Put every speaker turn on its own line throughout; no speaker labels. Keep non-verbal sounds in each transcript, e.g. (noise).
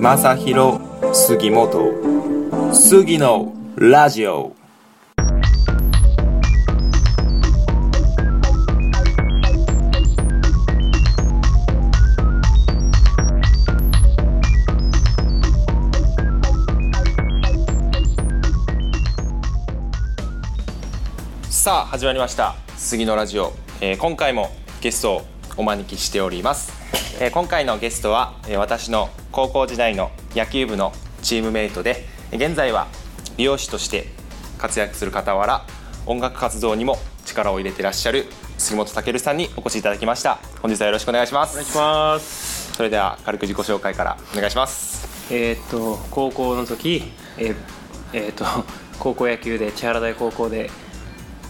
正弘杉本杉のラジオさあ始まりました杉のラジオ、えー今回もゲストをお招きしております、えー今回のゲストは、えー私の高校時代の野球部のチームメイトで現在は美容師として活躍する傍ら音楽活動にも力を入れてらっしゃる杉本健さんにお越しいただきました本日はよろしくお願いします
お願いします。
それでは軽く自己紹介からお願いします
えーっと高校の時、えーえーっと高校野球で千原台高校で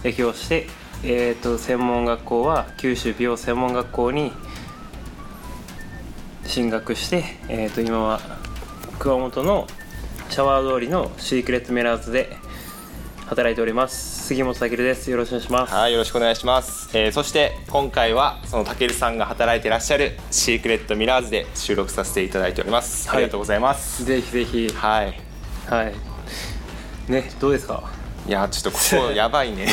野球をして、えーっと専門学校は九州美容専門学校に進学して、えーっと今は熊本のシャワー通りのシークレットメラーズで働いております。杉本健です。よろしくお願いします。
はい、よろしくお願いします。えーそして今回はそのたけるさんが働いてらっしゃるシークレットミラーズで収録させていただいております。
はい
ありがとうございます。
ぜひぜひ
はい。
はい。ねどうですか。
いやーちょっとこ
(laughs)
こやばいね
ね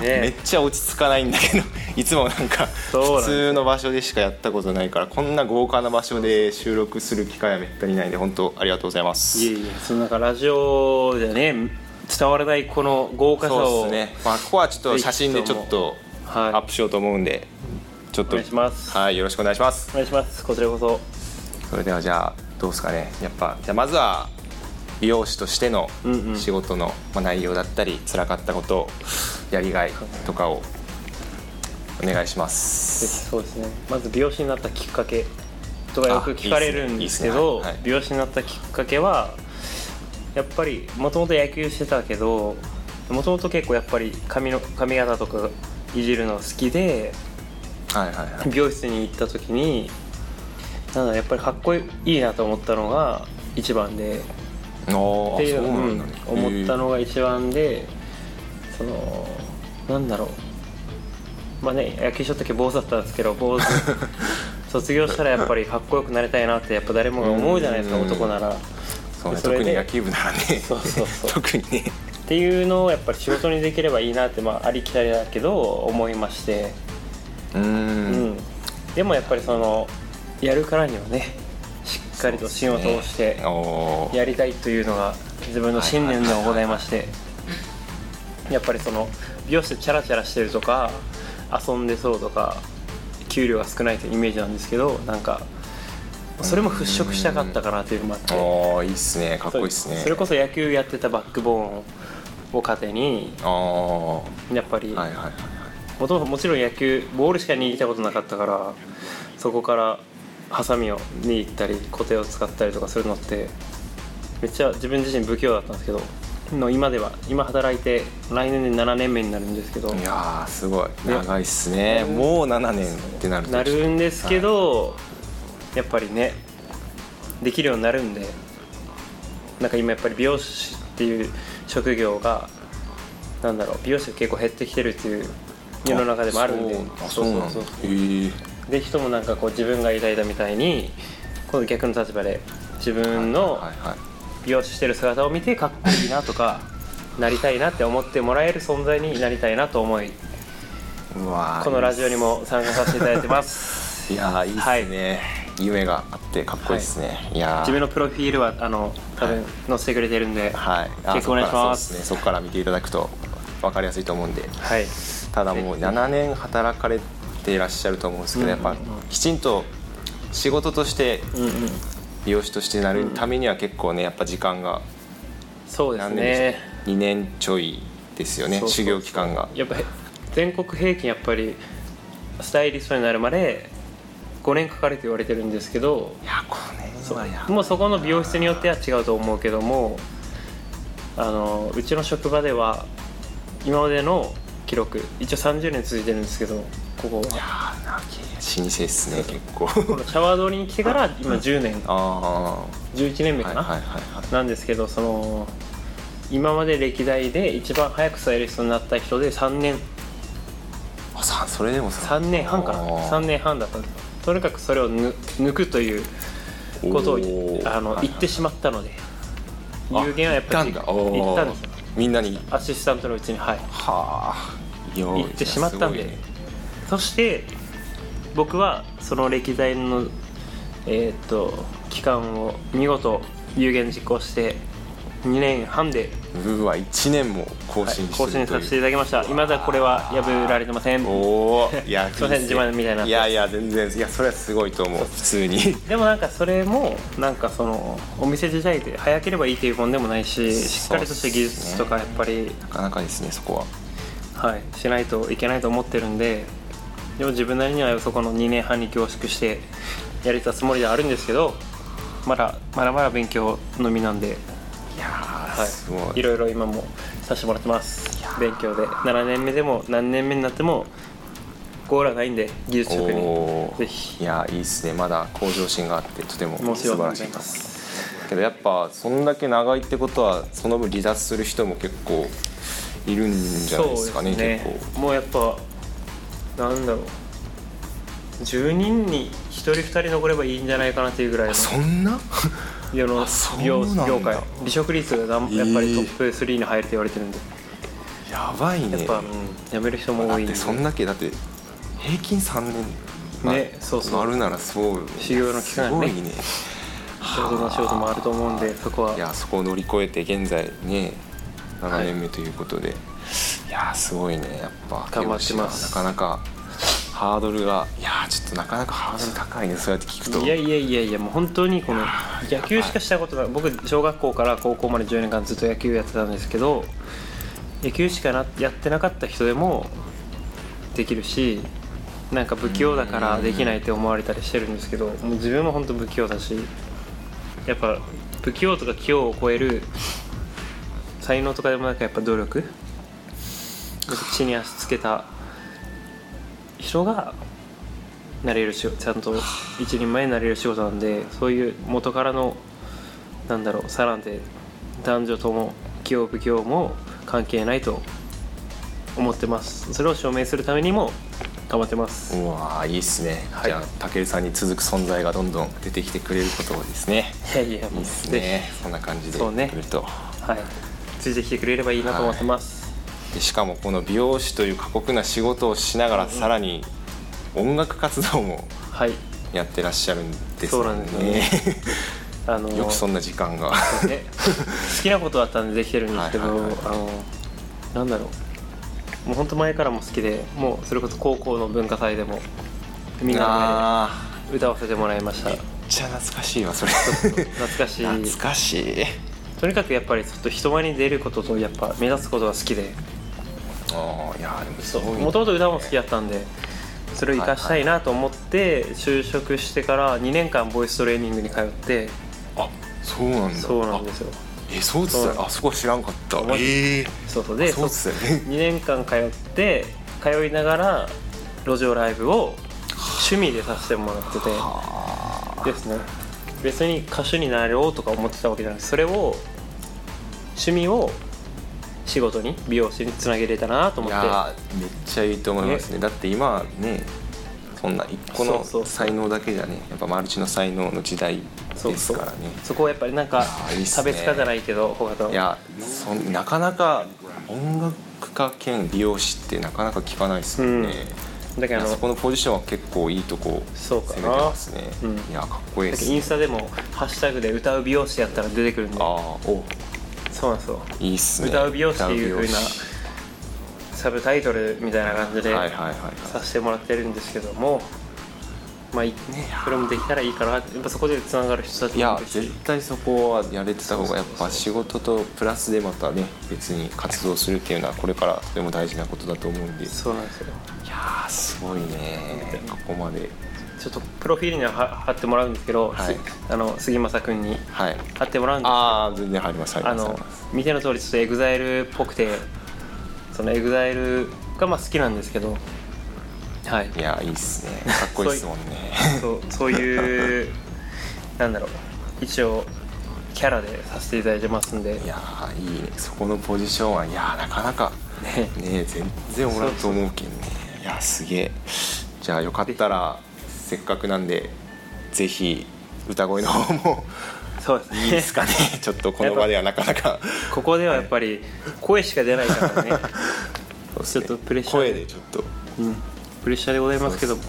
めっちゃ落ち着かないんだけどいつもなんか
そうなん
普通の場所でしかやったことないからこんな豪華な場所で収録する機会はめったにないんで本当ありがとうございます
いえいえそのなんかラジオじゃね伝わらないこの豪華さ
そう
を
ですね、まあ、ここはちょっと写真でちょっと
はい
アップしようと思うんでちょっと
お願いします
はいよろしくお願いします
お願いしますこちらこそ
それではじゃあどうですかねやっぱじゃあまずは美容師としての
うんうん
仕事のまあ内容だったり辛かったことやりがいとかをお願いしま
ぜ
す
ひそうですねまず美容師になったきっかけとかよく聞かれるんですけど
あいいっすねいいっすねはいはい
美容師になったきっかけはやっぱりもともと野球してたけどもともと結構やっぱり髪の髪型とかいじるの好きで
はいはいはい
美容室に行った時になんだやっぱりかっこいいなと思ったのが一番で
おーあ
っていう
そうなんだ
うん思ったのが一番でそのなんだろうまあね野球した時坊主だったんですけど (laughs) 坊主卒業したらやっぱりかっこよくなりたいなってやっぱ誰もが思うじゃないですか
うん
男なら
そうね
それ
特
で
に野球部ならね
そうそうそう
特にね
っていうのをやっぱり仕事にできればいいなってまあありきたりだけど思いまして
うー
うんんでもやっぱりそのやるからにはねしっかりと芯を通して
おー
やりたいというのが自分の信念でもございましてやっぱりその美容師でチャラチャラしてるとか遊んでそうとか給料が少ないというイメージなんですけどなんかそれも払拭したかったかなというのもあって
おーいいっすねかっこいいっすね
それこそ野球やってたバックボーンを糧に
あ
やっぱり
ーはいはいはい
もともともちろん野球ボールしか握ったことなかったからそこからハサミを握ったりコテを使ったりとかするのってめっちゃ自分自身不器用だったんですけどの今では今働いて来年で7年目になるんですけど
いやーすごい長いっすねもう7年ってなると
なるんですけど、やっぱりねできるようになるんでなんか今やっぱり美容師っていう職業がなんだろう美容師が結構減ってきてるっていう世の中でもあるんで
あそうあそうなんだへー
で人もなんかこう自分が抱いたみたいに今度逆の立場で自分の
はいはい
美容師してる姿を見てかっこいいなとかなりたいなって思ってもらえる存在になりたいなと思いう
わー
このラジオにも参加させていただいてます
いやーいいっすね、夢があってかっこいいっすね、い、や
自分のプロフィールはあの多分載せてくれてるんでは
はいあ
結構お願いします
そっからそうっねそこから見ていただくと分かりやすいと思うんで
い
ただもう7年働かれていらっしゃると思うんですけど、
うんうんうん
やっぱきちんと仕事として
うんうん
美容師としてなるためには結構ねやっぱ時間が
そうです
何年で
ね
すか、2年ちょいですよね
そうそうそう
修行期間が
やっぱへ全国平均やっぱりスタイリストになるまで5年かかると言われてるんですけど
いやこれはや
もうそこの美容室によっては違うと思うけどもあのうちの職場では今までの記録一応30年続いてるんですけどここ
いや
は
ーなき老舗っすね結構
このシャワー通りに来てから今10年
(laughs) あ
11年目
あは
か
い
な、
はいはいはい
なんですけどその今まで歴代で一番早くスタイリストになった人で3年
あさそれでもさ
3年半かな
あー
3年半だったんですとにかくそれをぬ抜くということを
おー
あの
はい
言ってしまったので
あ
有言はやっぱり
言っ
言った
んだおー
たんですよ
みんなに
アシスタントのうちにはい
はあ用意
行ってしまったんです
ごいね
そして僕はその歴代のえーっと期間を見事有言実行して2年半で、
うわ1年も更
はい
新して
更
る
新
という、
させていただきました未だこれは破られてません
おお
(laughs)
いや
すいません自慢みたいになって
いやいや全然いやそれはすごいと思う普通に
でもなんかそれもなんかそのお店自体で早ければいいというもんでもないししっかりとした技術とかやっぱり、
なかなかですねそこは
はい、しないといけないと思ってるんででも自分なりにはそこの2年半に凝縮してやれたつもりではあるんですけどまだまだまだ勉強のみなんで、
いやー、
は
すごい
い、いろいろ今もさせてもらってます勉強で7年目でも何年目になってもゴールはないんで技術職に
おー
ぜひ
いやいいですねまだ向上心があってとても
申し
素晴
訳ご
らし
ざい
い
ます
けどやっぱそんだけ長いってことはその分離脱する人も結構いるんじゃないですかね
そうですね
結
もうやっぱなんだろう10人に1人2人残ればいいんじゃないかなっていうぐらいの
構そんな (laughs)
世の
あそう
美容
なんだ
業界離職率がなんやっぱりトップ3に入ると言われてるんで、
やばいね
やっぱ、うん辞める人も
だ
多
っ
いん
て
で
そんだけだって平均3年
ねそうそう
なるならそう
修行の期間ね
すごいね
仕事の仕事もあると思うんでそこはい
やそこを乗り越えて現在ね7年目ということで、い、やすごいねやっぱ
頑張ってます
漁師はなかなかハードルがいやちょっとなかなかハードル高いねそうやって聞くと
いやいやいやいやもう本当にこの野球しかしたことない僕小学校から高校まで10年間ずっと野球やってたんですけど野球しかなやってなかった人でもできるしなんか不器用だからできないって思われたりしてるんですけどもう自分も本当不器用だしやっぱ不器用とか器用を超える才能とかでもなくやっぱ
(sighs)
努力地に足つけた人がなれるしちゃんと一人前になれる仕事なんでそういう元からのなんだろうサランで男女とも器用不器用も関係ないと思ってますそれを証明するためにも頑張ってます
うわーいいっすね、
はい
じゃあ武井さんに続く存在がどんどん出てきてくれることをですね
いやいや
いい
も
っ
う
す
ぜ
ねそんな感じで
そうね
来ると、
ひはいついてきてくれればいいなと思ってます、
でしかもこの美容師という過酷な仕事をしながらさらに音楽活動も
はい、
やってらっしゃるんです
そう
よ
なんですよね
ね
あの
(laughs) よくそんな時間が
ね、好きなことだったんでできてるんですけ
は
ど、
いはいはい
あのなんだろうもう本当前からも好きでもうそれこそ高校の文化祭でもみんな
あー
の前で歌わせてもらいました
めっちゃ懐かしいわそれ
懐かしい
懐かしい
とにかくやっぱりちょっと人前に出ることとやっぱ目立つことが好きで
ああいやーでもすごいね
もともと歌も好きだったんでそれを活かしたいなと思って就職してから2年間ボイストレーニングに通って
あそうなんだ
そうなんですよ
あえそうっつったよあそこは知らんかった
マジ
え
そうそう
え
で
そうっつったよね
2年間通って通いながら路上ライブを趣味でさせてもらっててですね別に歌手になろうとか思ってたわけじゃなくてそれを趣味を仕事に美容師につなげれたなと
い
思って
やーめっちゃいいと思いますねだって今はねそんな一個の
そうそうそう
才能だけじゃねやっぱマルチの才能の時代ですからね
そこはやっぱりなんか
ーいいっす
差
ね
別化じゃないけど他と
いやそんなかなか音楽家兼美容師ってなかなか聞かないですもんね、
うんだけ
い
どあ
や
の
そこのポジションは結構いいとこ
そうか
攻め
な
てますね、
うん
いやかっこいいで
だけ
す
どイ
ね
ンスタでもハッシュタグで歌う美容師やったら出てくるんで
ああお
そうなんですよ
いいっすね
歌う美容師っていう
歌美容師
風サブタイトルみたいな感じで
はいはいはいはい
させてもらってるんですけどもまあいそれもできたらいいかなってやっぱそこでつながる人た
い
ちも
や
いる
絶
し
対そこはやれてた方がやっぱ仕事とプラスでまたね別に活動するっていうのはこれからとても大事なことだと思うんでいや
そうなんですよ
ーすごいねここまで
ちょっとプロフィールにはは貼ってもらうんですけど、
はい
すあの杉正君に
はい
貼ってもらうんです
ああ全然入ります入り
あ
ます入
の
ります
見ての通りちょっとエグザイルっぽくてそのエグザイルがまあ好きなんですけどはい
いやいいっすね (laughs) かっこいいっすもんね
そうそういう
(laughs)
なんだろう一応キャラでさせていただいてますんで
いやーいいねそこのポジションはいやーなかなか
ね
ね全然おらんと思うけどねいやすげえじゃあよかったらせっかくなんでぜひ歌声の方も
そうですね
いいですかね (laughs) ちょっとこの場ではなかなか
(laughs) ここではやっぱり声しか出ないからねちょっとプレッシャー
声でちょっと
うん、プレッシャーでございますけども
そ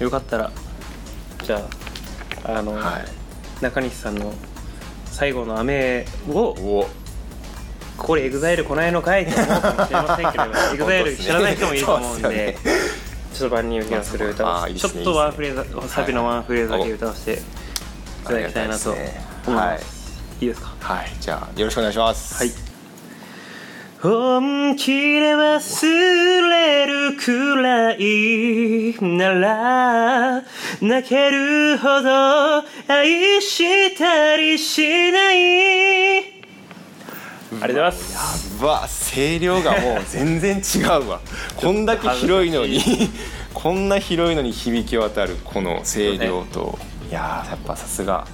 う
よかったらじゃああの、
はい
中西さんの最後の雨をこ
お
こで EXILE 来ないのかいと思うかもしれませんけれ
(laughs)
ど
本当
EXILE
ですね
知らない人もいると思うんで
そうです
ちょっと万人受けのする歌
あ
を
ーいいで
ちょ
す
っ
ね
とワンフレーズ、
い
サビのワンフレーズだけ歌わせていただきたいなと
あり
思い
がたいですね
ます、いいですか
はいじゃあよろしくお願いします
はい本気で忘れるくらいなら泣けるほど愛したりしないありがとうございます
うわ声量がもう全然違う
(laughs)
わこんだけ広いのに (laughs) こんな広いのに響き渡るこの声量と、いやーやっぱさすが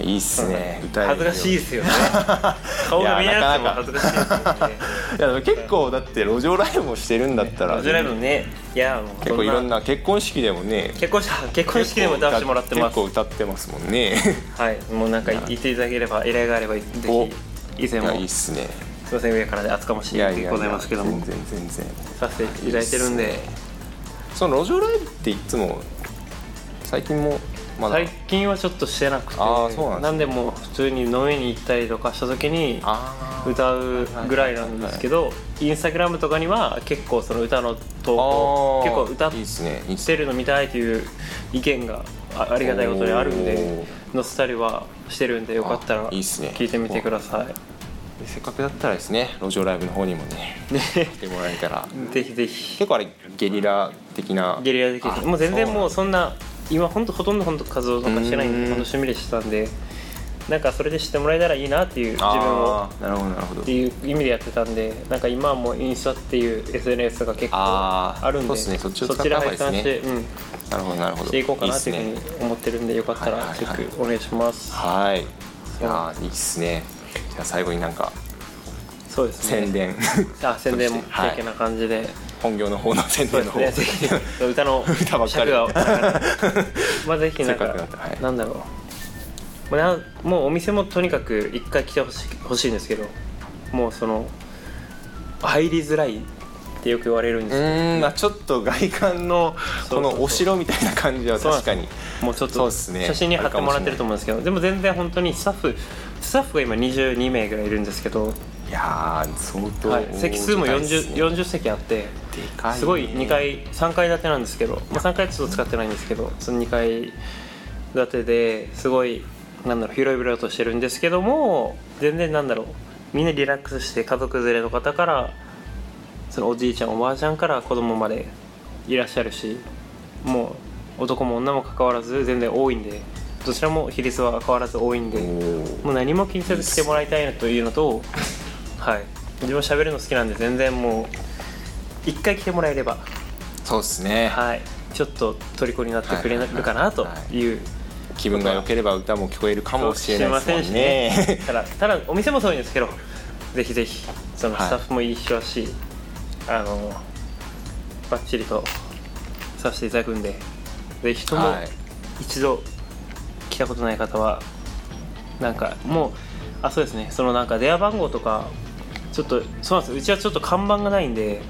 いいっすね、歌える
恥ず
よ
かしいですよね顔が見えなくても恥ずかしいですよね
いやでも結構だって路上ライブもしてるんだったら
ラジオライブねいやもう
結構いろんな結婚式でもね
結婚した結婚式でも歌わせてもらってます
結構歌ってますもんね
はいもうなんか言っていただければ依頼があればぜ
お
ひ以前
い
も
やいいっすね
すいません上からで厚かもし
い
れ
や
ない
い
で
や
ございますけども
全然全然
させていただいてる
い
ん
いっ
です
その路上ライブっていつも最近もまだ
最近はちょっとしてなくて
あーそうなんですね
でも普通に飲みに行ったりとかした時に
あー
歌うぐらいなんですけどインスタグラムとかには結構その歌の投稿結構歌っ
いいですねいいっす
てるの見たいという意見があありがたいことにあるんで載せたりはしてるんでよかった
あ
ら
いいっすね
聞いてみてくださ
せっかくだったらですね路上ライブの方にもね
いね
来てもらえたら
ぜひぜひ
結構あれゲリラ的な
ゲリラ的にもう全然もうそんな今ほんとほとんど本当活動とかしてないん
うん
でほんと趣味でしてたんでなんかそれで知ってもらえたらいいなっていう自分を
あーなるほどなるほど
っていう意味でやってたんでなんか今はもうインスタっていう SNS が結構
あー
あるんで
そうっすねそっちを使った
ら
方がいい
配
っすね
散して、うん、
なるほどなるほど
していこうかなっていう
いっすね
ふうに思ってるんでよかった
はいはい
ら
はい
チェックお願いします、
はいいやーいいっすねじゃあ最後になんか
そうですね
宣伝
あ宣伝も
そしてはい
的な感じで、
(laughs) 本業の方の宣
そう
伝の
です
方
ねぜひ (laughs) 歌の
(laughs) 歌ばっかり
尺が分か
(laughs)
らないまあぜひなんか
せっかくだったらはい
なんだろうもうなもうお店もとにかく一回来てほしい欲しいんですけどもうその入りづらいってよく言われるんです
う
よ
ーんまあちょっと外観のこ
そうそう
の
そう
お城みたいな感じは
そうなん
確
です
かに
もうちょっ
そう
と
っすね
写真に貼ってもらってると思うんですけどでも全然本当にスタッフスタッフが今22名ぐらいいるんですけど、
いやー相当
は
大舞台っ
い
すね、、
席数も 40, 40席あって
でかいね
すごい2階3階建てなんですけど、まあ、3階ちょっと使ってないんですけどその2階建てですごいなんだろう広々としてるんですけども全然なんだろうみんなリラックスして家族連れの方からそのおじいちゃんおばあちゃんから子供までいらっしゃるしもう男も女も関わらず全然多いんでどちらも比率は変わらず多いん
お
で。
ー
もう何も気にせず来てもらいたいなというのと、はい、自分喋るの好きなんで全然もう一回来てもらえれば、
そうですね、
はい、ちょっと虜になってくれるかなという
気分が良ければ歌も聞こえるかもしれないですもんね
かもしれませんしねただただお店もそういうんですけどぜひぜひそのスタッフも一緒だし、あのバッチリとさせていただくんでぜひとも
はい
一度来たことない方はなんかもうあそうですねそのなんか電話番号とかちょっとそうなんですうちはちょっと看板がないんで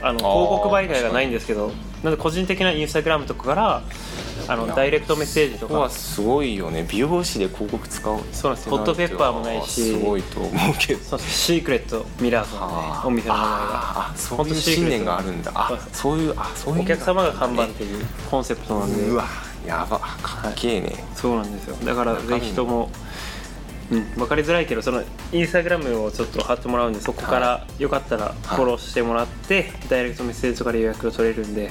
あの広告媒介がないんですけどなんで個人的なインスタグラムとかからあの
いや
ダイレクトメッセージ
こ
と
こ
か
はすごいよね美容師で広告使おう
そうなんですホットペッパーもないし
すごいと思うけど
そうですシークレットミラーズ
あ
の
ー
お店の名前が
あーそういう信念があるんだ
そう
あ
です
そういうあそういうのな
お
んだ
客様が看板っていうコンセプトなんで
うわやばかっけえね、
そうなんですよだからぜひとも、うん、分かりづらいけどそのインスタグラムをちょっと貼ってもらうんでそこからよかったらフォローしてもらって、ダイレクトメッセージとかで予約を取れるんで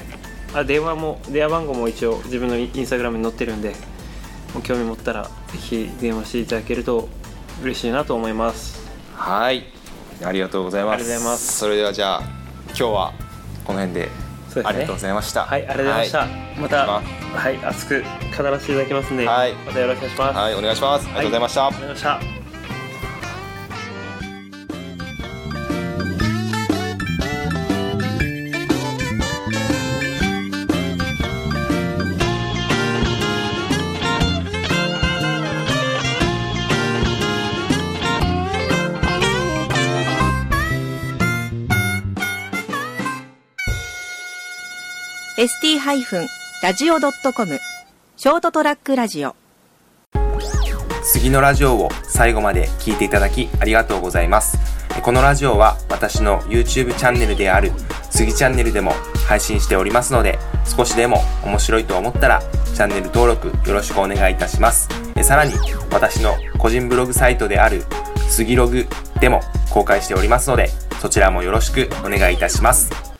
あ電話も電話番号も一応自分のインスタグラムに載ってるんでもう興味持ったらぜひ電話していただけると嬉しいなと思います
はいありがとうございます
ありがとうございます
それではじゃあ今日はこの辺で
そうですね
ありがとうございました
はいありがとうございました、また
ま
はい熱く語らせていただきますんで、
はい
またよろしくお願いします、
はい、はい、お願いしますありがとうございました、
ありがとうございました
ST-radio.com ショートトラックラジオ
杉のラジオを最後まで聞いていただきありがとうございますえこのラジオは私の YouTube チャンネルである杉チャンネルでも配信しておりますので少しでも面白いと思ったらチャンネル登録よろしくお願いいたしますえさらに私の個人ブログサイトである杉ログでも公開しておりますのでそちらもよろしくお願いいたします